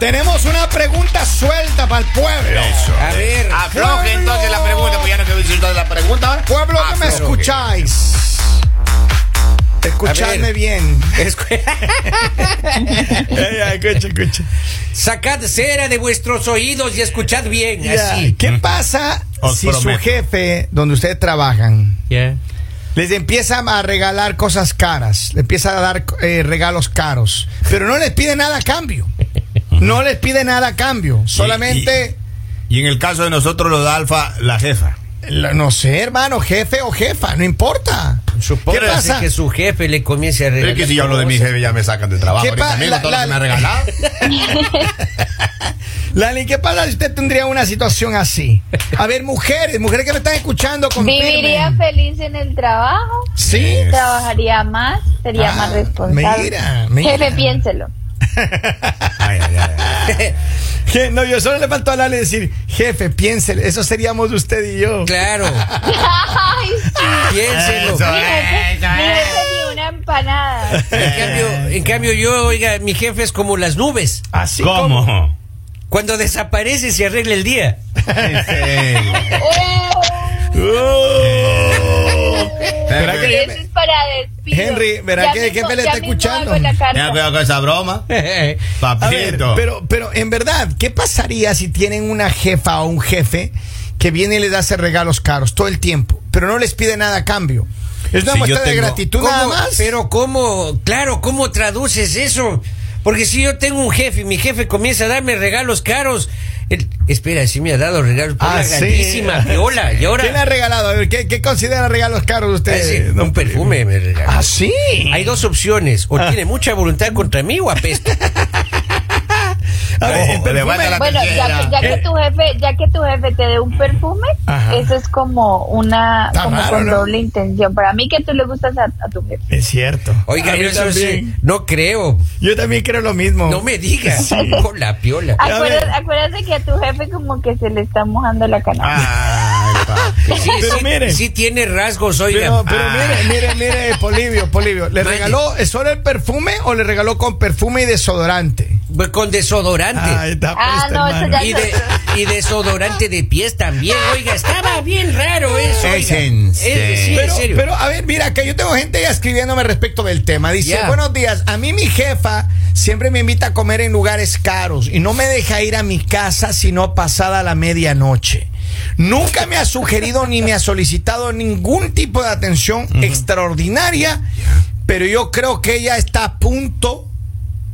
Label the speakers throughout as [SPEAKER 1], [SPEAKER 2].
[SPEAKER 1] Tenemos una pregunta suelta para el pueblo.
[SPEAKER 2] Eso.
[SPEAKER 3] A ver.
[SPEAKER 2] Afloje
[SPEAKER 1] Pueblo.
[SPEAKER 2] entonces la pregunta, pues ya no quiero insultar la pregunta ahora.
[SPEAKER 1] Pueblo que me
[SPEAKER 2] Afloje.
[SPEAKER 1] escucháis. Escuchadme
[SPEAKER 3] ver.
[SPEAKER 1] bien.
[SPEAKER 3] escucha, escucha. Sacad cera de vuestros oídos y escuchad bien,
[SPEAKER 1] Ya,
[SPEAKER 3] así.
[SPEAKER 1] ¿Qué pasa
[SPEAKER 2] Os
[SPEAKER 1] si
[SPEAKER 2] prometo.
[SPEAKER 1] su jefe, donde ustedes trabajan, les empieza a regalar cosas caras, le empieza a dar eh, regalos caros, pero no les pide nada a cambio? No les pide nada a cambio, solamente,
[SPEAKER 2] Y en el caso de nosotros, los de Alfa, la jefa.
[SPEAKER 1] la- no sé, hermano, jefe o jefa, no importa.
[SPEAKER 3] Supongo
[SPEAKER 1] ¿Qué pasa?
[SPEAKER 3] que su jefe le comience a regalar.
[SPEAKER 2] Es que si yo hablo de mi
[SPEAKER 3] cosas.
[SPEAKER 2] jefe, ya me sacan de trabajo.
[SPEAKER 1] ¿Qué
[SPEAKER 2] Ahorita
[SPEAKER 1] pa-
[SPEAKER 2] mismo,
[SPEAKER 1] la-
[SPEAKER 2] todo
[SPEAKER 1] la-
[SPEAKER 2] lo que me ha regalado.
[SPEAKER 1] Lali, ¿qué pasa si usted tendría una situación así? A ver, mujeres, mujeres que me están escuchando,
[SPEAKER 4] Viviría
[SPEAKER 1] confirmen.
[SPEAKER 4] feliz en el trabajo.
[SPEAKER 1] Sí.
[SPEAKER 4] Trabajaría más, sería
[SPEAKER 1] Ah,
[SPEAKER 4] más responsable.
[SPEAKER 1] mira, mira.
[SPEAKER 4] Jefe, piénselo.
[SPEAKER 2] Ay, ay, ay, ay.
[SPEAKER 1] Je- No, yo solo le faltó a Lali decir, jefe, piénsele, eso seríamos usted y yo.
[SPEAKER 3] Claro,
[SPEAKER 4] Ay, sí.
[SPEAKER 3] piénselo.
[SPEAKER 2] Eso,
[SPEAKER 4] Mi jefe,
[SPEAKER 2] eso, eso.
[SPEAKER 4] mi jefe ni una empanada.
[SPEAKER 3] En cambio, en cambio, yo, oiga, mi jefe es como las nubes.
[SPEAKER 1] Así como-
[SPEAKER 2] ¿Cómo?
[SPEAKER 3] Cuando desaparece se arregla el día.
[SPEAKER 2] ¿En serio?
[SPEAKER 4] Oh.
[SPEAKER 1] Oh. ¿Verdad
[SPEAKER 4] Y eso es para despido.
[SPEAKER 1] Henry, ¿verdad
[SPEAKER 4] Ya
[SPEAKER 1] que-
[SPEAKER 4] mismo-
[SPEAKER 1] que me le
[SPEAKER 4] ya
[SPEAKER 1] está
[SPEAKER 4] mismo
[SPEAKER 1] escuchando?
[SPEAKER 4] hago la carta.
[SPEAKER 2] Ya veo con esa broma.
[SPEAKER 1] A ver,
[SPEAKER 2] Papito.
[SPEAKER 1] pero, pero en verdad, ¿qué pasaría si tienen una jefa o un jefe que viene y les hace regalos caros todo el tiempo, pero no les pide nada a cambio? Es una
[SPEAKER 2] Si yo
[SPEAKER 1] muestra de
[SPEAKER 2] tengo-
[SPEAKER 1] gratitud
[SPEAKER 3] ¿Cómo-
[SPEAKER 1] nada más.
[SPEAKER 3] Pero cómo, claro, ¿cómo traduces eso? Porque si yo tengo un jefe y mi jefe comienza a darme regalos caros, él- espera, si me ha dado regalos por
[SPEAKER 1] Ah,
[SPEAKER 3] una
[SPEAKER 1] sí.
[SPEAKER 3] grandísima viola, y
[SPEAKER 1] ¿Qué le ha
[SPEAKER 3] ahora
[SPEAKER 1] regalado? A ver, ¿qué, qué considera regalos caros
[SPEAKER 3] Es decir,
[SPEAKER 1] usted?
[SPEAKER 3] un perfume me regaló.
[SPEAKER 1] ¿Ah, sí?
[SPEAKER 3] Hay dos opciones, o tiene mucha voluntad contra mí o apesta.
[SPEAKER 1] A ver,
[SPEAKER 2] Ojo,
[SPEAKER 1] el perfume-
[SPEAKER 2] levanta la
[SPEAKER 4] Bueno, ya, que- ya que tu jefe, ya que tu jefe te dé un perfume,
[SPEAKER 1] Eh. Ajá.
[SPEAKER 4] eso es como una
[SPEAKER 1] Está
[SPEAKER 4] como
[SPEAKER 1] raro,
[SPEAKER 4] con
[SPEAKER 1] ¿no?
[SPEAKER 4] doble intención. Para mí que tú le gustas a, a tu jefe.
[SPEAKER 1] Es cierto.
[SPEAKER 3] Oiga,
[SPEAKER 1] A mí
[SPEAKER 3] yo eso sí,
[SPEAKER 1] también. Oh.
[SPEAKER 3] no creo,
[SPEAKER 1] Yo también creo lo mismo.
[SPEAKER 3] no me digas, con la piola.
[SPEAKER 1] A ver.
[SPEAKER 4] Acuérdate, acuérdate que a tu jefe como que se le está mojando la canasta.
[SPEAKER 1] Ah.
[SPEAKER 2] Ay, papi.
[SPEAKER 3] Sí,
[SPEAKER 1] Pero
[SPEAKER 3] sí,
[SPEAKER 1] mire.
[SPEAKER 3] sí tiene rasgos, oiga.
[SPEAKER 1] Pero, pero
[SPEAKER 2] Ah.
[SPEAKER 1] mire, mire, mire, Polivio, Polivio. ¿Le
[SPEAKER 3] Mande.
[SPEAKER 1] regaló solo el perfume o le regaló con perfume y desodorante?
[SPEAKER 3] Ah. con desodorante.
[SPEAKER 1] está
[SPEAKER 4] Ah,
[SPEAKER 1] pues,
[SPEAKER 4] no, eso
[SPEAKER 1] hermano.
[SPEAKER 4] ya
[SPEAKER 3] Y, de- y desodorante de pies también, oiga, estaba bien raro eso.
[SPEAKER 2] Es
[SPEAKER 3] oiga.
[SPEAKER 2] en
[SPEAKER 3] Es- sí, en
[SPEAKER 1] pero,
[SPEAKER 3] serio.
[SPEAKER 1] pero, a ver, mira, que yo tengo gente ya escribiéndome respecto del tema. Dice,
[SPEAKER 3] Ya.
[SPEAKER 1] buenos días, a mí mi jefa siempre me invita a comer en lugares caros y no me deja ir a mi casa sino pasada la medianoche. Nunca me ha sugerido ni me ha solicitado ningún tipo de atención extraordinaria, pero yo creo que ella está a punto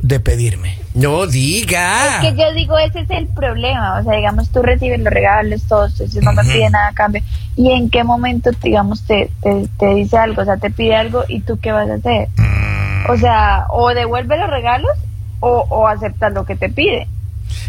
[SPEAKER 1] de pedirme.
[SPEAKER 3] no diga.
[SPEAKER 4] Que yo digo, ese es el problema. O sea, digamos, tú recibes los regalos, todos, entonces no me pide nada a cambio. ¿Y en qué momento, digamos, te, te, te dice algo? O sea, te pide algo y tú qué vas a hacer.
[SPEAKER 1] Mm.
[SPEAKER 4] O sea, o devuelve los regalos o, o acepta lo que te pide.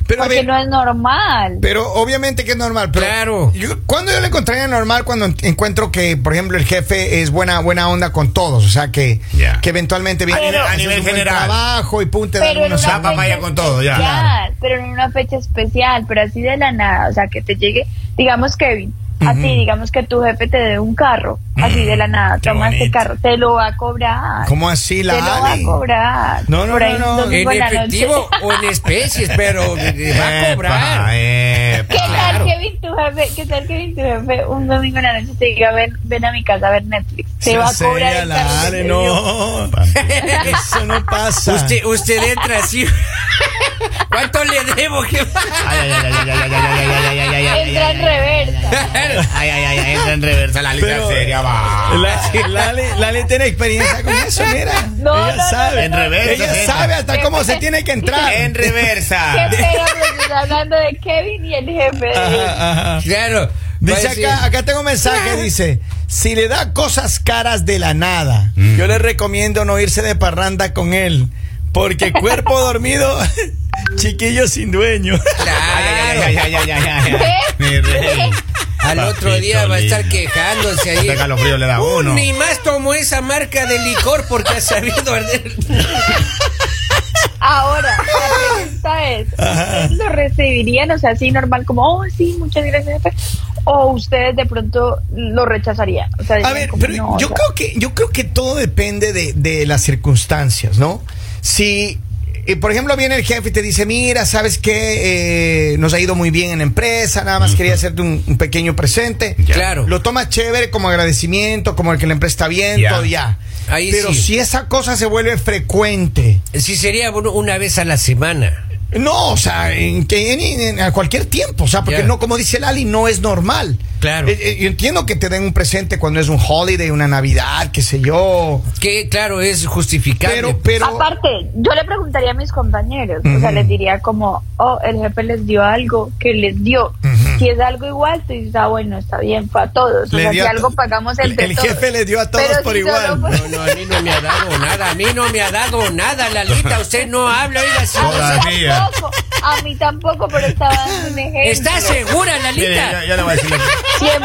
[SPEAKER 1] Pero a
[SPEAKER 4] Porque
[SPEAKER 1] ver,
[SPEAKER 4] no es normal.
[SPEAKER 1] Pero obviamente que es normal. Pero
[SPEAKER 3] Claro.
[SPEAKER 1] Yo, cuando yo le encontraría normal cuando en- encuentro que, por ejemplo, el jefe es buena buena onda con todos, o sea que,
[SPEAKER 2] Ya.
[SPEAKER 1] que eventualmente viene
[SPEAKER 4] Pero-
[SPEAKER 2] A nivel
[SPEAKER 1] haces un buen
[SPEAKER 2] general.
[SPEAKER 1] trabajo y punte de
[SPEAKER 4] pero en una
[SPEAKER 1] algunos
[SPEAKER 2] Ya,
[SPEAKER 4] fecha
[SPEAKER 2] papá, ya con todo, ya.
[SPEAKER 4] especial, pero en una fecha especial, pero así de la nada, o sea, que te llegue, digamos Kevin, a ti, digamos que tu jefe te dé un carro, así de la nada,
[SPEAKER 2] qué
[SPEAKER 4] toma este
[SPEAKER 2] bonito.
[SPEAKER 4] carro, te lo va a cobrar.
[SPEAKER 1] ¿Cómo así la
[SPEAKER 4] te lo va a
[SPEAKER 1] Ale?
[SPEAKER 4] cobrar.
[SPEAKER 1] No, no,
[SPEAKER 4] Por ahí
[SPEAKER 1] no, no.
[SPEAKER 4] un
[SPEAKER 3] En
[SPEAKER 4] domingo en la
[SPEAKER 3] efectivo
[SPEAKER 4] noche.
[SPEAKER 3] o en especies, pero eh, va a
[SPEAKER 2] Epa,
[SPEAKER 3] cobrar.
[SPEAKER 2] epa.
[SPEAKER 4] ¿Qué
[SPEAKER 3] Claro.
[SPEAKER 4] tal Kevin tu jefe? ¿Qué tal Kevin tu jefe? Un domingo en la noche te diga ven, ven a mi casa a ver Netflix. Te
[SPEAKER 1] Se
[SPEAKER 4] va a
[SPEAKER 1] hace
[SPEAKER 4] cobrar
[SPEAKER 1] a
[SPEAKER 4] el
[SPEAKER 1] la
[SPEAKER 4] carro que
[SPEAKER 1] Ale,
[SPEAKER 4] te dio.
[SPEAKER 1] no.
[SPEAKER 2] eh.
[SPEAKER 1] Eso no pasa.
[SPEAKER 3] Usted, usted entra así. ¿Cuánto le debo? jefa?
[SPEAKER 2] Ay, ay, ay, ay, ay, ay, ay, ay, ay, ay, ay, ay,
[SPEAKER 4] Entra
[SPEAKER 2] ay,
[SPEAKER 4] en reversa.
[SPEAKER 2] Ay, ay, ay, ay, entra en reversa la lista
[SPEAKER 1] Pero-
[SPEAKER 2] seria, va.
[SPEAKER 1] La, la Ale- la Ale tiene experiencia con eso, mira.
[SPEAKER 4] No,
[SPEAKER 1] ella
[SPEAKER 4] no, no,
[SPEAKER 1] sabe.
[SPEAKER 2] no, no. En reversa,
[SPEAKER 1] Ella
[SPEAKER 2] jefa.
[SPEAKER 1] sabe hasta cómo se tiene que entrar.
[SPEAKER 2] En reversa.
[SPEAKER 4] Qué pena, porque está hablando de Kevin y el jefe. de él.
[SPEAKER 1] Ajá, ajá.
[SPEAKER 3] Claro.
[SPEAKER 1] Dice
[SPEAKER 3] Va a decir,
[SPEAKER 1] acá, acá tengo un mensaje, dice, si le da cosas caras de la nada, yo le recomiendo no irse de parranda con él, porque cuerpo dormido, chiquillo sin dueño.
[SPEAKER 2] Ay, ay, ay,
[SPEAKER 3] Claro.
[SPEAKER 2] ay, ay, ay, ay, ay.
[SPEAKER 4] ¿Qué?
[SPEAKER 2] Mi rey.
[SPEAKER 3] Al otro día va a estar quejándose ahí.
[SPEAKER 2] Hasta calofrío le da a uno.
[SPEAKER 3] Ni más tomó esa marca de licor porque ha sabido arder.
[SPEAKER 4] Ahora, la pregunta es, ¿ustedes lo recibirían? O sea, así normal, como, oh, sí, muchas gracias, jefe. ¿O ustedes de pronto lo rechazarían? O sea,
[SPEAKER 1] A
[SPEAKER 4] dirían
[SPEAKER 1] ver,
[SPEAKER 4] como,
[SPEAKER 1] pero
[SPEAKER 4] "No", o
[SPEAKER 1] yo
[SPEAKER 4] sea,
[SPEAKER 1] creo que yo creo que todo depende de, de las circunstancias, ¿no? Si y, por ejemplo, viene el jefe y te dice, mira, ¿sabes qué? Eh, nos ha ido muy bien en la empresa, nada más quería hacerte un, un pequeño presente.
[SPEAKER 2] Ya.
[SPEAKER 3] Claro.
[SPEAKER 1] Lo tomas chévere como agradecimiento, como el que la empresa está bien,
[SPEAKER 2] Ya.
[SPEAKER 1] todo ya.
[SPEAKER 3] Ahí
[SPEAKER 1] Pero
[SPEAKER 3] sí.
[SPEAKER 1] si esa cosa se vuelve frecuente,
[SPEAKER 3] Si sería bueno, una vez a la semana.
[SPEAKER 1] no, o sea, en, que- en- en- a cualquier tiempo, o sea, porque
[SPEAKER 3] Ya.
[SPEAKER 1] no, como dice Lali, no es normal.
[SPEAKER 3] Claro.
[SPEAKER 1] Eh, eh, yo entiendo que te den un presente cuando es un holiday, una Navidad, qué sé yo.
[SPEAKER 3] Que claro, es justificable.
[SPEAKER 1] Pero, pero.
[SPEAKER 4] Aparte, yo le preguntaría a mis compañeros, o sea,
[SPEAKER 1] Ujú.
[SPEAKER 4] les diría como, oh, el jefe les dio algo que les dio. Si es algo igual, tú dices, ah, bueno, está bien, fue a todos. O
[SPEAKER 1] Le
[SPEAKER 4] sea,
[SPEAKER 1] dio
[SPEAKER 4] si
[SPEAKER 1] a
[SPEAKER 4] algo
[SPEAKER 1] to-
[SPEAKER 4] pagamos entre
[SPEAKER 1] el
[SPEAKER 4] todos.
[SPEAKER 1] jefe le dio a todos
[SPEAKER 4] Pero
[SPEAKER 1] por
[SPEAKER 4] si solo
[SPEAKER 1] igual.
[SPEAKER 4] fue-
[SPEAKER 3] No, no, a mí no me ha dado nada, a mí no me ha dado nada, Lalita, usted no habla, oiga, si no
[SPEAKER 4] A
[SPEAKER 3] se-
[SPEAKER 4] mí
[SPEAKER 2] Todavía.
[SPEAKER 4] tampoco, a mí tampoco, pero estaba dando un ejemplo.
[SPEAKER 3] ¿Está segura,
[SPEAKER 2] Mire,
[SPEAKER 3] Lalita?
[SPEAKER 2] ya, ya le voy a decir,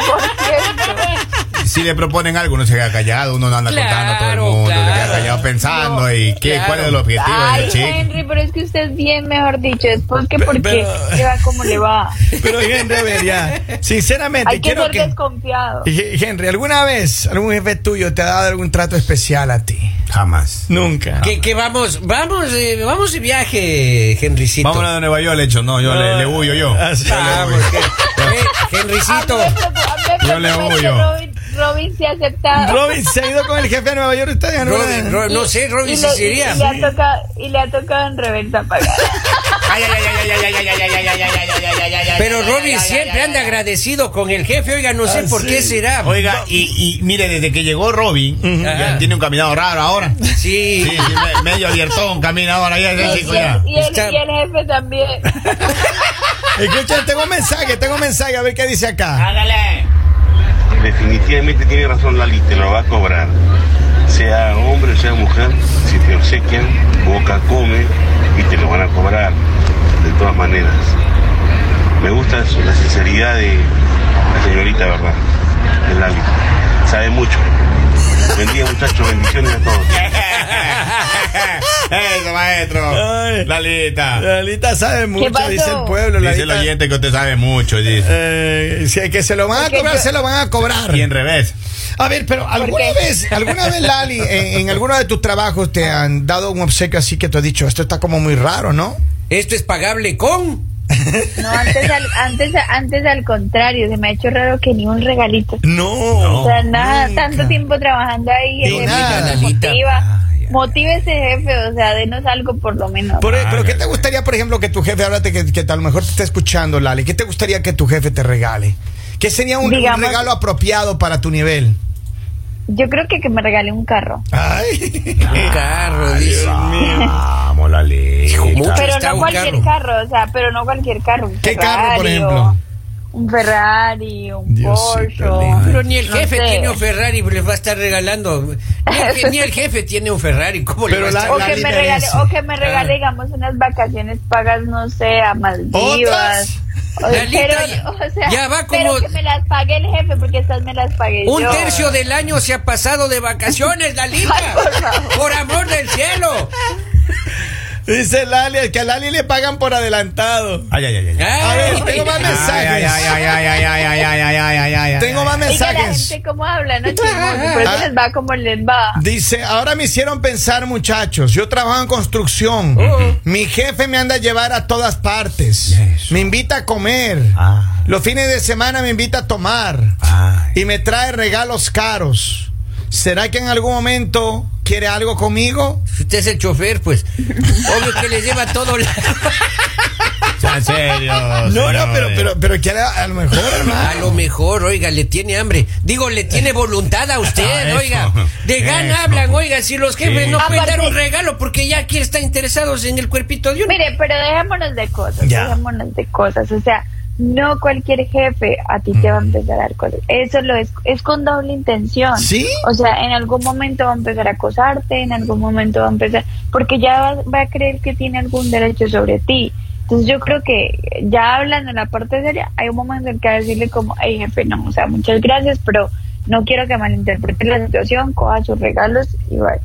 [SPEAKER 4] 100%.
[SPEAKER 2] si le proponen algo, uno se queda callado, uno no anda contando a todo el
[SPEAKER 3] Claro,
[SPEAKER 2] mundo, se queda
[SPEAKER 3] claro.
[SPEAKER 2] callado pensando
[SPEAKER 4] No,
[SPEAKER 2] y qué,
[SPEAKER 3] claro.
[SPEAKER 2] cuál es el objetivo
[SPEAKER 4] Ay,
[SPEAKER 2] del chico.
[SPEAKER 4] Henry, pero es que usted es bien, mejor dicho, después que
[SPEAKER 1] Pe-
[SPEAKER 4] porque
[SPEAKER 1] pero-
[SPEAKER 4] le va como le va.
[SPEAKER 1] Pero Henry, a ver, ya, sinceramente,
[SPEAKER 4] Hay que
[SPEAKER 1] quiero
[SPEAKER 4] ser
[SPEAKER 1] que...
[SPEAKER 4] desconfiado.
[SPEAKER 1] He- Henry, ¿alguna vez algún jefe tuyo te ha dado algún trato especial a ti?
[SPEAKER 2] Jamás.
[SPEAKER 1] Nunca.
[SPEAKER 3] Que, que vamos, vamos, eh, vamos de viaje, Ah, Henrycito.
[SPEAKER 2] Vámonos a Nueva York, de hecho, no, yo le, le huyo yo.
[SPEAKER 1] Ah, sí.
[SPEAKER 2] Yo le
[SPEAKER 3] Vamos,
[SPEAKER 2] huyo.
[SPEAKER 3] que- eh, Henrycito.
[SPEAKER 4] A mí me preocupa- a mí me
[SPEAKER 2] Yo le
[SPEAKER 4] preocupa que
[SPEAKER 2] huyo.
[SPEAKER 4] Robin, Robin se ha aceptado.
[SPEAKER 1] Robin se ha ido con el jefe a Nueva York ustedes no
[SPEAKER 3] Robin, Robin, no sé, Robin,
[SPEAKER 4] y
[SPEAKER 3] si
[SPEAKER 4] le,
[SPEAKER 3] sería.
[SPEAKER 4] y le ha tocado, y le ha tocado en reversa pagar.
[SPEAKER 2] Ay, ay, ay, ay, ay, ay, ay, ay, ay, ay, ay, ay, ay, ay, ay, ay,
[SPEAKER 3] Pero
[SPEAKER 2] ay, ay,
[SPEAKER 3] Robin
[SPEAKER 2] ay,
[SPEAKER 3] siempre
[SPEAKER 2] ay,
[SPEAKER 3] anda
[SPEAKER 2] ay,
[SPEAKER 3] agradecido con el jefe, oiga, no sé
[SPEAKER 1] Ah,
[SPEAKER 3] por
[SPEAKER 1] sí.
[SPEAKER 3] qué será.
[SPEAKER 2] ay. Oiga, y, y mire, desde que llegó Robin, ya
[SPEAKER 3] Ajá.
[SPEAKER 2] tiene un caminado raro ahora.
[SPEAKER 3] Sí.
[SPEAKER 2] Sí, sí, me- medio abiertón, camina ahora ya, ya,
[SPEAKER 4] Y,
[SPEAKER 2] chico, ya.
[SPEAKER 4] el- y el,
[SPEAKER 3] Está-
[SPEAKER 4] y el jefe también.
[SPEAKER 1] Escucha, tengo un mensaje, tengo un mensaje, a ver qué dice acá.
[SPEAKER 2] Hágale.
[SPEAKER 5] Eh, Definitivamente tiene razón Lali, te lo va a cobrar. Sea hombre o sea mujer, si te obsequian, boca come y te lo van a cobrar de todas maneras. Me gusta eso, la sinceridad de la señorita, ¿verdad? De Lali. Sabe mucho. Buen día muchachos, bendiciones a todos.
[SPEAKER 2] Eso, maestro.
[SPEAKER 1] Ay.
[SPEAKER 2] Lalita.
[SPEAKER 1] Lalita sabe mucho,
[SPEAKER 4] pasó?
[SPEAKER 1] dice el pueblo.
[SPEAKER 2] Dice el
[SPEAKER 1] Lalita,
[SPEAKER 2] oyente que usted sabe mucho, dice.
[SPEAKER 1] eh, si es que se lo van a
[SPEAKER 4] Porque
[SPEAKER 1] cobrar,
[SPEAKER 4] yo-
[SPEAKER 1] se lo van a cobrar.
[SPEAKER 2] Y en revés.
[SPEAKER 1] A ver, pero alguna
[SPEAKER 4] qué?
[SPEAKER 1] vez, alguna vez, Lali, en, en alguno de tus trabajos te han dado un obsequio así que tú has dicho, esto está como muy raro, ¿no?
[SPEAKER 3] Esto es pagable con.
[SPEAKER 4] No, antes al, antes, antes al contrario, se me ha hecho raro que ni un regalito.
[SPEAKER 1] No.
[SPEAKER 4] O sea, nada,
[SPEAKER 1] nunca.
[SPEAKER 4] tanto tiempo trabajando ahí,
[SPEAKER 1] Ni
[SPEAKER 4] el jefe
[SPEAKER 1] nada.
[SPEAKER 4] nos motiva.
[SPEAKER 2] Ay, ay,
[SPEAKER 4] Motive ese jefe, o sea, denos algo por lo menos.
[SPEAKER 1] Por-
[SPEAKER 2] Ah,
[SPEAKER 1] pero ¿qué
[SPEAKER 2] ya,
[SPEAKER 1] te
[SPEAKER 2] ya.
[SPEAKER 1] gustaría, por ejemplo, que tu jefe, háblate que, que a lo mejor te está escuchando, Lali, ¿qué te gustaría que tu jefe te regale? ¿Qué sería un, un
[SPEAKER 4] Digamos-
[SPEAKER 1] regalo apropiado para tu nivel?
[SPEAKER 4] Yo creo que que me regale un carro.
[SPEAKER 1] Ay.
[SPEAKER 2] Eh,
[SPEAKER 3] Un carro, dice.
[SPEAKER 2] Vamos, Lalita.
[SPEAKER 3] Hijo,
[SPEAKER 1] Ah,
[SPEAKER 3] mucho.
[SPEAKER 4] Pero
[SPEAKER 3] está
[SPEAKER 4] no
[SPEAKER 3] un
[SPEAKER 4] cualquier carro. o sea, pero no cualquier carro. Un
[SPEAKER 1] ¿Qué
[SPEAKER 4] Ferrari
[SPEAKER 1] carro, por
[SPEAKER 4] o-
[SPEAKER 1] ejemplo?
[SPEAKER 4] Un Ferrari, un
[SPEAKER 1] Diosito
[SPEAKER 4] Porsche.
[SPEAKER 1] lindo.
[SPEAKER 3] Pero ni el
[SPEAKER 4] no
[SPEAKER 3] jefe
[SPEAKER 4] sé.
[SPEAKER 3] tiene un Ferrari, pues les va a estar regalando. Ni el, je- ni el jefe tiene un Ferrari, ¿cómo
[SPEAKER 1] Pero
[SPEAKER 3] le va a
[SPEAKER 1] la-
[SPEAKER 3] estar?
[SPEAKER 4] O
[SPEAKER 1] la-
[SPEAKER 4] que, me
[SPEAKER 1] línea
[SPEAKER 4] regale,
[SPEAKER 1] S.
[SPEAKER 4] o que me regale,
[SPEAKER 3] Ah.
[SPEAKER 4] digamos, unas vacaciones pagas, no sé, a Maldivas. O,
[SPEAKER 3] Lalita, ya-
[SPEAKER 4] pero, o sea,
[SPEAKER 3] ya va
[SPEAKER 4] pero
[SPEAKER 3] como-
[SPEAKER 4] que me las pague el jefe, porque estas me las pagué
[SPEAKER 3] Un
[SPEAKER 4] yo.
[SPEAKER 3] tercio del año se ha pasado de vacaciones, la
[SPEAKER 4] Ay, por favor.
[SPEAKER 3] Por amor del cielo.
[SPEAKER 1] Dice Lali, que a Lali le pagan por adelantado.
[SPEAKER 2] Ay, ay, ay, ay, ay.
[SPEAKER 1] A ver, tengo más
[SPEAKER 3] Ay,
[SPEAKER 1] mensajes.
[SPEAKER 2] Ay, ay, ay, ay, ay, ay, ay, ay, ay, ay, ay, ay, ay.
[SPEAKER 1] Tengo más
[SPEAKER 4] Y que la
[SPEAKER 1] mensajes.
[SPEAKER 4] gente como habla, ¿no? Chismoso, por
[SPEAKER 1] Ah.
[SPEAKER 4] eso les va como les va.
[SPEAKER 1] Dice, ahora me hicieron pensar muchachos, yo trabajo en construcción,
[SPEAKER 2] Oh,
[SPEAKER 3] Ujú.
[SPEAKER 1] mi jefe me anda a llevar a todas partes,
[SPEAKER 2] Eso.
[SPEAKER 1] me invita a comer,
[SPEAKER 2] Ah.
[SPEAKER 1] los fines de semana me invita a tomar
[SPEAKER 2] Ay.
[SPEAKER 1] y me trae regalos caros. ¿Será que en algún momento quiere algo conmigo?
[SPEAKER 3] Usted es el chofer, pues. Obvio que le lleva todo. la-
[SPEAKER 2] Ya, en serio.
[SPEAKER 1] No, no,
[SPEAKER 3] eh.
[SPEAKER 1] pero,
[SPEAKER 2] señores.
[SPEAKER 1] pero, pero quiere a, a lo mejor,
[SPEAKER 3] A
[SPEAKER 1] hermano.
[SPEAKER 3] lo mejor, oiga, le tiene hambre. Digo, le tiene voluntad a
[SPEAKER 2] Ah,
[SPEAKER 3] usted,
[SPEAKER 2] eso.
[SPEAKER 3] oiga. De gana
[SPEAKER 2] Eso.
[SPEAKER 3] hablan, oiga, si los jefes
[SPEAKER 2] Sí.
[SPEAKER 3] no pueden
[SPEAKER 4] Aparte-
[SPEAKER 3] dar un regalo porque ya aquí están interesados en el cuerpito de uno.
[SPEAKER 4] Mire, pero dejémonos de cosas,
[SPEAKER 1] Ya.
[SPEAKER 4] dejémonos de cosas. O sea, no cualquier jefe a ti te va a empezar a dar cosas. Eso lo es, es con doble intención.
[SPEAKER 1] ¿Sí?
[SPEAKER 4] O sea, en algún momento va a empezar a acosarte, en algún momento va a empezar, porque ya va, va a creer que tiene algún derecho sobre ti. Entonces yo creo que ya hablando en la parte seria, hay un momento en que va a decirle como, hey jefe, no, o sea, muchas gracias, pero no quiero que malinterprete la situación, coja sus regalos y vaya.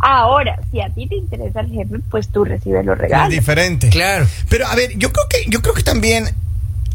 [SPEAKER 4] Ahora, si a ti te interesa el jefe, pues tú recibes los
[SPEAKER 1] Es
[SPEAKER 4] regalos.
[SPEAKER 1] diferente.
[SPEAKER 3] Claro.
[SPEAKER 1] Pero a ver, yo creo que yo creo que también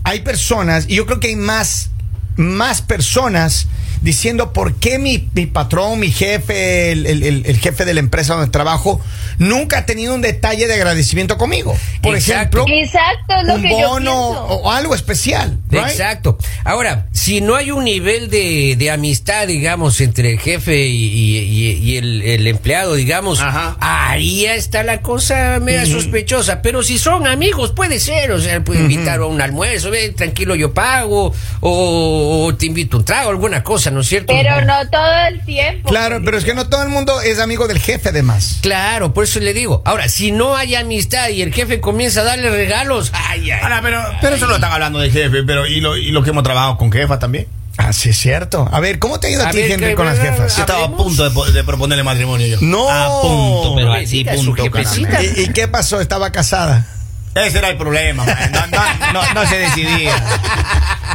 [SPEAKER 1] hay personas y yo creo que hay más más personas diciendo por qué mi, mi patrón, mi jefe, el, el- el- el jefe de la empresa donde trabajo, nunca ha tenido un detalle de agradecimiento conmigo. Por
[SPEAKER 3] Exacto.
[SPEAKER 1] ejemplo,
[SPEAKER 4] Exacto, es lo
[SPEAKER 1] un
[SPEAKER 4] que yo
[SPEAKER 1] bono
[SPEAKER 4] pienso.
[SPEAKER 1] o o algo especial. right?
[SPEAKER 3] Exacto. Ahora, si no hay un nivel de, de amistad, digamos, entre el jefe y, y- y- y el, el empleado, digamos,
[SPEAKER 1] Ajá.
[SPEAKER 3] ahí está la cosa media sospechosa. Pero si son amigos, puede ser, o sea, puede invitar a un almuerzo, ve, tranquilo, yo pago, o, o te invito un trago, alguna cosa, ¿no es cierto?
[SPEAKER 4] Pero no todo el tiempo.
[SPEAKER 1] Claro, pero es que no todo el mundo es amigo del jefe además.
[SPEAKER 3] Claro, por eso le digo. Ahora, si no hay amistad y el jefe comienza a darle regalos, ay, ay.
[SPEAKER 2] Ahora, pero, pero eso lo están hablando de jefe, pero ¿y lo, y lo que hemos trabajado con jefas también?
[SPEAKER 1] Ah, sí, es cierto. A ver, ¿cómo te ha ido a,
[SPEAKER 3] A
[SPEAKER 1] ti,
[SPEAKER 3] ver,
[SPEAKER 1] Henry,
[SPEAKER 3] que-
[SPEAKER 1] con las jefas?
[SPEAKER 2] Yo estaba a
[SPEAKER 3] Hablemos.
[SPEAKER 2] punto de, po- de proponerle matrimonio yo.
[SPEAKER 1] No.
[SPEAKER 2] A punto, pero así,
[SPEAKER 3] Jefecita, su
[SPEAKER 2] punto,
[SPEAKER 3] jefecita.
[SPEAKER 2] caramba.
[SPEAKER 1] ¿Y, y qué pasó? ¿Estaba casada?
[SPEAKER 2] Ese era el problema, maestro. No, no, no- no se decidía.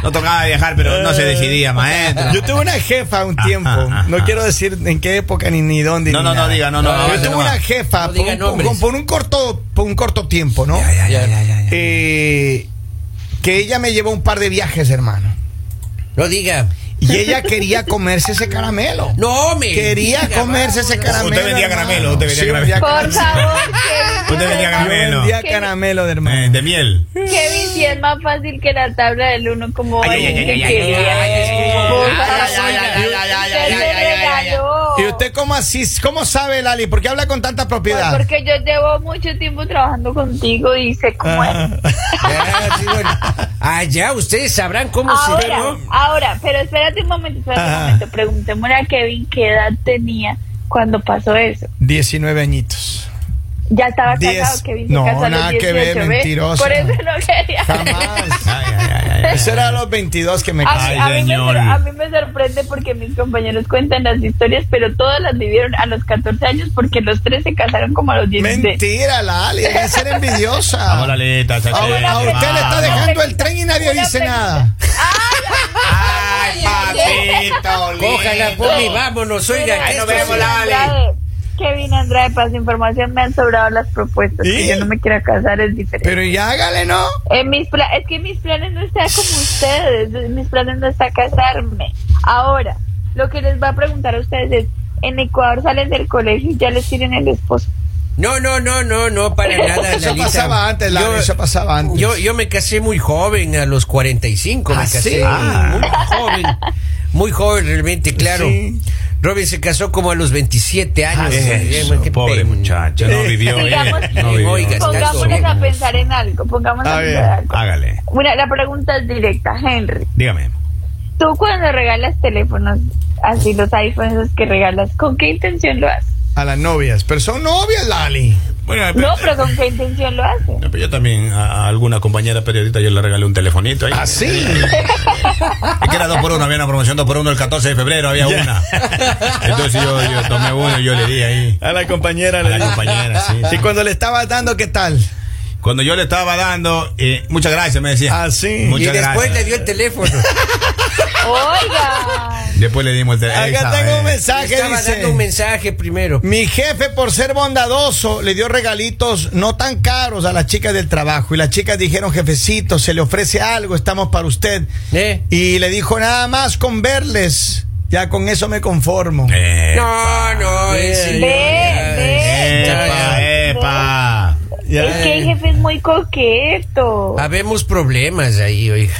[SPEAKER 2] No tocaba viajar, pero no se decidía, maestro.
[SPEAKER 1] Yo tuve una jefa un tiempo.
[SPEAKER 2] ajá,
[SPEAKER 1] no
[SPEAKER 2] ajá.
[SPEAKER 1] quiero decir en qué época ni, ni dónde.
[SPEAKER 2] No,
[SPEAKER 1] ni
[SPEAKER 2] no, no
[SPEAKER 1] nada.
[SPEAKER 2] diga, no, no,
[SPEAKER 3] no,
[SPEAKER 1] Yo
[SPEAKER 3] no,
[SPEAKER 1] tuve
[SPEAKER 3] no.
[SPEAKER 1] una jefa
[SPEAKER 3] No
[SPEAKER 1] por,
[SPEAKER 3] diga
[SPEAKER 1] por-
[SPEAKER 3] nombres.
[SPEAKER 1] por un corto, por un corto tiempo, ¿no? Eh, que ella me llevó un par de viajes, hermano.
[SPEAKER 3] No diga.
[SPEAKER 1] Y ella quería comerse ese caramelo.
[SPEAKER 3] No, me.
[SPEAKER 1] Quería
[SPEAKER 3] diga,
[SPEAKER 1] comerse ese
[SPEAKER 3] vamos,
[SPEAKER 1] caramelo.
[SPEAKER 2] Usted vendía
[SPEAKER 1] hermano.
[SPEAKER 2] caramelo, usted vendía
[SPEAKER 1] Sí,
[SPEAKER 2] caramelo.
[SPEAKER 1] vendía
[SPEAKER 4] Por favor, que
[SPEAKER 2] Usted venía
[SPEAKER 1] Yo
[SPEAKER 2] caramelo.
[SPEAKER 1] vendía
[SPEAKER 4] ¿Qué?
[SPEAKER 1] caramelo, de hermano.
[SPEAKER 2] Eh, de miel.
[SPEAKER 4] Kevin, si es más fácil que la tabla del uno, como
[SPEAKER 2] Ay,
[SPEAKER 4] va a
[SPEAKER 2] ay, ay,
[SPEAKER 4] decir
[SPEAKER 2] ay,
[SPEAKER 4] que
[SPEAKER 2] ay,
[SPEAKER 4] sí?
[SPEAKER 2] ay, Ah, ay,
[SPEAKER 4] Por
[SPEAKER 3] ay,
[SPEAKER 4] favor,
[SPEAKER 3] ay, ay, ay, ay, ay,
[SPEAKER 4] usted
[SPEAKER 3] ay,
[SPEAKER 4] me
[SPEAKER 3] ay, ay,
[SPEAKER 4] regaló.
[SPEAKER 1] ¿Y usted cómo así, cómo sabe, Lali? ¿Por qué habla con tanta
[SPEAKER 4] Pues
[SPEAKER 1] propiedad?
[SPEAKER 4] porque yo llevo mucho tiempo trabajando contigo y sé cómo es.
[SPEAKER 1] Ah.
[SPEAKER 3] Ah, sí, bueno. Ah, ya, ustedes sabrán cómo se
[SPEAKER 4] Ahora,
[SPEAKER 3] ¿no?
[SPEAKER 4] ahora, pero espérate un momento, espérate
[SPEAKER 1] Ajá.
[SPEAKER 4] un momento. Preguntémosle a Kevin qué edad tenía cuando pasó eso.
[SPEAKER 1] 19 añitos.
[SPEAKER 4] Ya estaba
[SPEAKER 1] Diez.
[SPEAKER 4] casado, Kevin. se
[SPEAKER 1] No,
[SPEAKER 4] casó a los
[SPEAKER 1] nada que ver,
[SPEAKER 4] 18, ¿ve?
[SPEAKER 1] mentirosa.
[SPEAKER 4] Por eso no quería.
[SPEAKER 1] Jamás.
[SPEAKER 2] Ay, ay, ay, ay, ay.
[SPEAKER 1] Eso era a los 22 que me
[SPEAKER 4] A,
[SPEAKER 1] casé.
[SPEAKER 4] mí- a mí me
[SPEAKER 2] señor.
[SPEAKER 4] sor- a mí me sorprende porque mis compañeros cuentan las historias, pero todas las vivieron a los 14 años porque los tres se casaron como a los 16.
[SPEAKER 1] Mentira, Lali. Hay que ser envidiosa.
[SPEAKER 2] Vamos, Lalita, se
[SPEAKER 1] A, a
[SPEAKER 2] atreve,
[SPEAKER 1] usted le está
[SPEAKER 2] vamos.
[SPEAKER 1] dejando el tren y nadie
[SPEAKER 4] Una
[SPEAKER 1] dice
[SPEAKER 4] pregunta.
[SPEAKER 1] nada.
[SPEAKER 2] Ay, papito, lindo.
[SPEAKER 3] Cójala, Pumi, vámonos, oiga.
[SPEAKER 4] Mira,
[SPEAKER 3] que
[SPEAKER 2] nos
[SPEAKER 3] esto
[SPEAKER 2] vemos,
[SPEAKER 3] sí-
[SPEAKER 2] la-
[SPEAKER 4] Kevin
[SPEAKER 2] Lali.
[SPEAKER 4] Andrade, Kevin Andrade, para su información, me han sobrado las propuestas.
[SPEAKER 1] ¿Y?
[SPEAKER 4] Que yo no me quiera casar, es diferente.
[SPEAKER 1] Pero ya hágale, ¿no?
[SPEAKER 4] En Eh, mis pla- es que mis planes no están como ustedes, en mis planes no está casarme. Ahora, lo que les va a preguntar a ustedes es, en Ecuador salen del colegio y ya les tienen el esposo.
[SPEAKER 3] No, no, no, no, no, para nada,
[SPEAKER 1] Eso
[SPEAKER 3] Lalita.
[SPEAKER 1] pasaba antes, Lali.
[SPEAKER 3] Yo-
[SPEAKER 1] eso pasaba antes.
[SPEAKER 3] Yo, yo me casé muy joven, a los 45 me
[SPEAKER 1] ¿Ah,
[SPEAKER 3] casé.
[SPEAKER 1] sí? Ah.
[SPEAKER 3] Muy joven. Muy joven realmente, claro.
[SPEAKER 1] Sí. Ah,
[SPEAKER 3] Robin se casó como a los 27 años.
[SPEAKER 2] Eso,
[SPEAKER 3] Qué
[SPEAKER 2] pobre
[SPEAKER 3] pena.
[SPEAKER 2] muchacho, no vivió. eh.
[SPEAKER 4] Digamos,
[SPEAKER 2] No vivió.
[SPEAKER 3] oiga, está
[SPEAKER 4] Pongámonos
[SPEAKER 3] bien.
[SPEAKER 4] a pensar en algo, pongámonos
[SPEAKER 1] A
[SPEAKER 4] a,
[SPEAKER 1] ver,
[SPEAKER 4] pensar algo.
[SPEAKER 2] Hágale,
[SPEAKER 4] Mira, la pregunta es directa, Henry.
[SPEAKER 2] dígame.
[SPEAKER 4] Tú cuando regalas teléfonos, así los iPhones esos que regalas, ¿con qué intención lo haces?
[SPEAKER 1] A las novias. Pero son novias, Lali.
[SPEAKER 2] Bueno,
[SPEAKER 4] No, pero ¿con qué intención lo haces?
[SPEAKER 2] No, pero yo también a, a alguna compañera periodista yo le regalé un telefonito ahí.
[SPEAKER 1] Así.
[SPEAKER 2] Es que era dos por uno, había una promoción dos por uno el 14 de febrero, había
[SPEAKER 1] Ya.
[SPEAKER 2] una. Entonces yo, yo tomé uno y yo le di ahí
[SPEAKER 1] A la compañera,
[SPEAKER 2] a
[SPEAKER 1] le
[SPEAKER 2] la
[SPEAKER 1] digo.
[SPEAKER 2] compañera. sí, sí.
[SPEAKER 1] Y cuando le estaba dando, ¿qué tal?
[SPEAKER 2] Cuando yo le estaba dando, eh, muchas gracias, me decía.
[SPEAKER 1] Ah, sí.
[SPEAKER 3] Y
[SPEAKER 2] Muchas
[SPEAKER 3] después le
[SPEAKER 2] gracias.
[SPEAKER 3] dio el teléfono.
[SPEAKER 4] Oiga,
[SPEAKER 2] Después le dimos el teléfono.
[SPEAKER 1] Acá tengo un mensaje,
[SPEAKER 3] Estaba
[SPEAKER 1] dice.
[SPEAKER 3] dando un mensaje primero.
[SPEAKER 1] Mi jefe, por ser bondadoso, le dio regalitos no tan caros a las chicas del trabajo. Y las chicas dijeron, jefecito, se le ofrece algo, estamos para usted.
[SPEAKER 3] ¿Eh?
[SPEAKER 1] Y le dijo, nada más con verles. Ya con eso me conformo.
[SPEAKER 2] Eh,
[SPEAKER 3] No, no, es.
[SPEAKER 4] ve, ve.
[SPEAKER 2] Epa, epa.
[SPEAKER 1] Ya,
[SPEAKER 4] es que el
[SPEAKER 1] eh,
[SPEAKER 4] jefe es muy coqueto.
[SPEAKER 3] Habemos problemas ahí, oiga.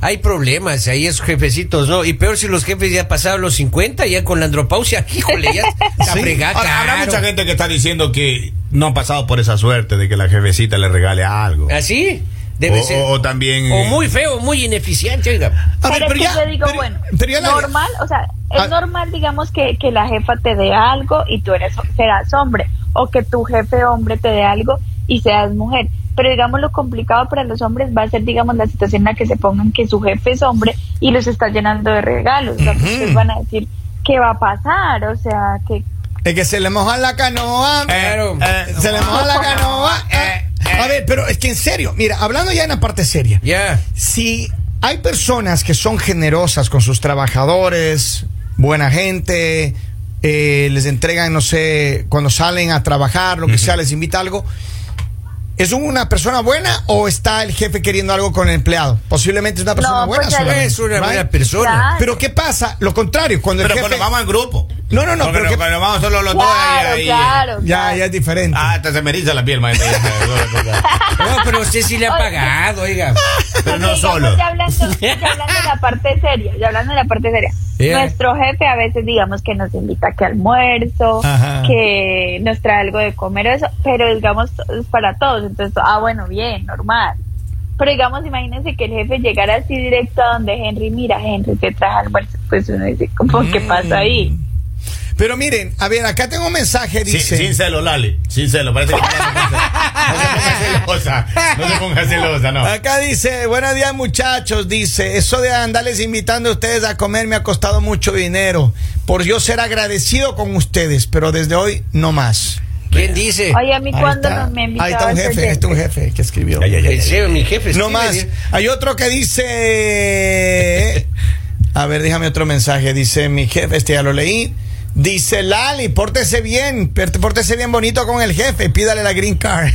[SPEAKER 3] Hay problemas ahí, esos jefecitos, ¿no? Y peor si los jefes ya pasaron los 50, ya con la andropausia, híjole, ya está
[SPEAKER 1] Sí.
[SPEAKER 3] fregada.
[SPEAKER 2] Ahora, habrá
[SPEAKER 3] claro.
[SPEAKER 2] mucha gente que está diciendo que no han pasado por esa suerte de que la jefecita le regale algo.
[SPEAKER 3] ¿Así? ¿Ah, Debe
[SPEAKER 2] O-
[SPEAKER 3] ser.
[SPEAKER 2] o- o también,
[SPEAKER 3] O
[SPEAKER 2] eh,
[SPEAKER 3] muy feo, muy ineficiente, oiga.
[SPEAKER 1] a ver,
[SPEAKER 4] pero, es que yo digo,
[SPEAKER 1] pero-
[SPEAKER 4] bueno,
[SPEAKER 1] pero ya la-
[SPEAKER 4] normal, o sea, es
[SPEAKER 1] Ah.
[SPEAKER 4] normal, digamos, que, que la jefa te dé algo y tú eres serás hombre, o que tu jefe hombre te dé algo y seas mujer. Pero digamos, lo complicado para los hombres va a ser, digamos, la situación en la que se pongan que su jefe es hombre y los está llenando de regalos. O sea, que ustedes van a decir, ¿qué va a pasar? O sea, que...
[SPEAKER 1] Es que se le moja la canoa.
[SPEAKER 3] Claro.
[SPEAKER 1] eh, se le moja la canoa. eh. A ver, pero es que en serio, mira, hablando ya en la parte seria.
[SPEAKER 3] Ya.
[SPEAKER 1] si hay personas que son generosas con sus trabajadores, buena gente, eh, les entregan, no sé, cuando salen a trabajar, lo que sea, les invita algo, ¿Es una persona buena o está el jefe queriendo algo con el empleado? Posiblemente es una persona
[SPEAKER 4] No,
[SPEAKER 1] buena.
[SPEAKER 4] pues, ya
[SPEAKER 1] solamente,
[SPEAKER 3] Es una
[SPEAKER 1] ¿right?
[SPEAKER 3] buena persona.
[SPEAKER 4] Claro.
[SPEAKER 1] Pero ¿qué pasa? Lo contrario, cuando
[SPEAKER 2] Pero
[SPEAKER 1] el jefe...
[SPEAKER 2] cuando vamos en grupo.
[SPEAKER 1] No, no, no,
[SPEAKER 2] Porque
[SPEAKER 1] pero que-
[SPEAKER 2] cuando vamos solo los dos ahí-
[SPEAKER 4] Claro,
[SPEAKER 2] ahí-
[SPEAKER 4] claro.
[SPEAKER 1] Ya,
[SPEAKER 4] claro.
[SPEAKER 1] ya es diferente.
[SPEAKER 2] Ah, hasta se me eriza la piel, maestro.
[SPEAKER 3] No, pero usted sí le ha
[SPEAKER 4] Oye.
[SPEAKER 3] pagado, oiga.
[SPEAKER 2] Pero no
[SPEAKER 4] Digamos,
[SPEAKER 2] solo.
[SPEAKER 4] Ya hablando, ya hablando de la parte seria, ya hablando de la parte seria.
[SPEAKER 3] Yeah.
[SPEAKER 4] Nuestro jefe a veces digamos que nos invita a que almuerzo,
[SPEAKER 1] Ajá.
[SPEAKER 4] que nos trae algo de comer, eso, pero digamos es para todos, entonces, ah, bueno, bien, normal. Pero digamos, imagínense que el jefe llegara así directo a donde Henry, mira, Henry, te traje almuerzo, pues uno dice, ¿cómo
[SPEAKER 1] Mm.
[SPEAKER 4] qué pasa ahí?
[SPEAKER 1] Pero miren, a ver, acá tengo un mensaje,
[SPEAKER 2] Sin,
[SPEAKER 1] dice...
[SPEAKER 2] sin celo, Lali. Sin celo. Parece que no se ponga celosa. No se ponga celosa, no.
[SPEAKER 1] Acá dice, buenos días muchachos, dice, eso de andarles invitando a ustedes a comer me ha costado mucho dinero, por yo ser agradecido con ustedes, pero desde hoy no más.
[SPEAKER 3] ¿Quién dice?
[SPEAKER 4] Oye, a mí
[SPEAKER 1] Ahí
[SPEAKER 4] cuando
[SPEAKER 1] está.
[SPEAKER 4] no me invitaba
[SPEAKER 1] Ahí está un
[SPEAKER 4] ese
[SPEAKER 1] jefe, ahí está un jefe que escribió.
[SPEAKER 2] Ya, ya, ya,
[SPEAKER 3] El
[SPEAKER 2] ya, ya.
[SPEAKER 3] CEO, mi jefe.
[SPEAKER 1] No
[SPEAKER 3] sí,
[SPEAKER 1] más.
[SPEAKER 3] le-
[SPEAKER 1] Hay otro que dice. A ver, déjame otro mensaje. Dice mi jefe, este ya lo leí. Dice Lali, pórtese bien, per- pórtese bien bonito con el jefe, pídale la green card.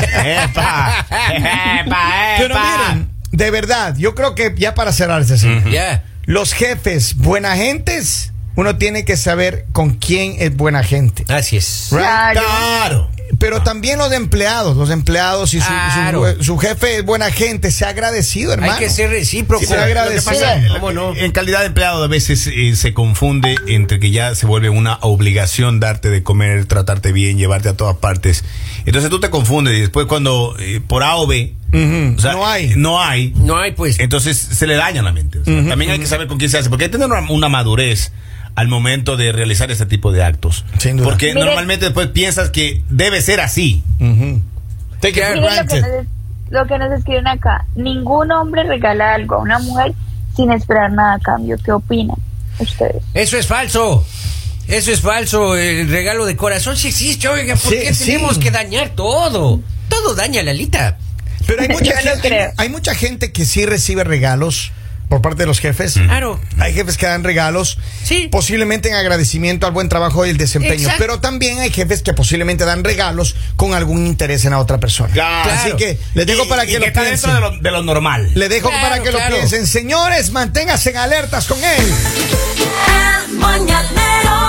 [SPEAKER 2] Epa, epa,
[SPEAKER 1] Pero
[SPEAKER 2] epa.
[SPEAKER 1] miren, de verdad, yo creo que ya para cerrarse, señor.
[SPEAKER 3] Ya.
[SPEAKER 1] los jefes, buena gentes, uno tiene que saber con quién es buena gente.
[SPEAKER 3] Así es.
[SPEAKER 1] Right?
[SPEAKER 4] Claro.
[SPEAKER 2] Claro.
[SPEAKER 1] Pero también los empleados, los empleados y su, su-
[SPEAKER 3] Claro.
[SPEAKER 1] su, jefe es buena gente, se ha agradecido, hermano.
[SPEAKER 3] Hay que ser recíproco.
[SPEAKER 2] Sí, pero Eh,
[SPEAKER 1] Sea
[SPEAKER 2] lo que
[SPEAKER 1] agradecido.
[SPEAKER 2] pasa es-
[SPEAKER 3] ¿Cómo no?
[SPEAKER 2] En calidad de empleado a veces eh, se confunde entre que ya se vuelve una obligación darte de comer, tratarte bien, llevarte a todas partes. Entonces tú te confundes y después cuando eh, por A o B
[SPEAKER 1] Ujú,
[SPEAKER 2] o sea,
[SPEAKER 1] no hay.
[SPEAKER 2] no hay,
[SPEAKER 3] No hay, pues.
[SPEAKER 2] entonces se le daña la mente. O sea, también hay que saber con quién se hace, porque hay que tener una, una madurez al momento de realizar este tipo de actos.
[SPEAKER 1] Sin duda.
[SPEAKER 2] Porque
[SPEAKER 4] Miren.
[SPEAKER 2] normalmente después piensas que debe ser así.
[SPEAKER 1] Ujú.
[SPEAKER 3] Take it for
[SPEAKER 4] Miren lo que,
[SPEAKER 3] granted.
[SPEAKER 4] nos, lo que nos escriben acá. Ningún hombre regala algo a una mujer sin esperar nada a cambio. ¿Qué opinan ustedes?
[SPEAKER 3] Eso es falso. Eso es falso. El regalo de corazón sí existe, oiga. ¿Por
[SPEAKER 1] Sí,
[SPEAKER 3] qué
[SPEAKER 1] sí.
[SPEAKER 3] tenemos que dañar todo? Todo daña, Lalita.
[SPEAKER 1] Pero hay mucha,
[SPEAKER 4] Yo no
[SPEAKER 1] gente,
[SPEAKER 4] creo.
[SPEAKER 1] hay mucha gente que sí recibe regalos por parte de los jefes.
[SPEAKER 3] Claro.
[SPEAKER 1] Hay jefes que dan regalos,
[SPEAKER 3] Sí.
[SPEAKER 1] posiblemente en agradecimiento al buen trabajo y el desempeño.
[SPEAKER 3] Exacto.
[SPEAKER 1] Pero también hay jefes que posiblemente dan regalos con algún interés en la otra persona.
[SPEAKER 2] Claro.
[SPEAKER 1] Así que les dejo
[SPEAKER 2] Y-
[SPEAKER 1] para
[SPEAKER 2] y
[SPEAKER 1] que lo
[SPEAKER 2] está dentro
[SPEAKER 1] piensen.
[SPEAKER 2] de lo, de lo normal.
[SPEAKER 1] Les dejo
[SPEAKER 3] Claro,
[SPEAKER 1] para que
[SPEAKER 3] claro.
[SPEAKER 1] lo piensen. Señores, manténganse alertas con él.
[SPEAKER 6] El mañanero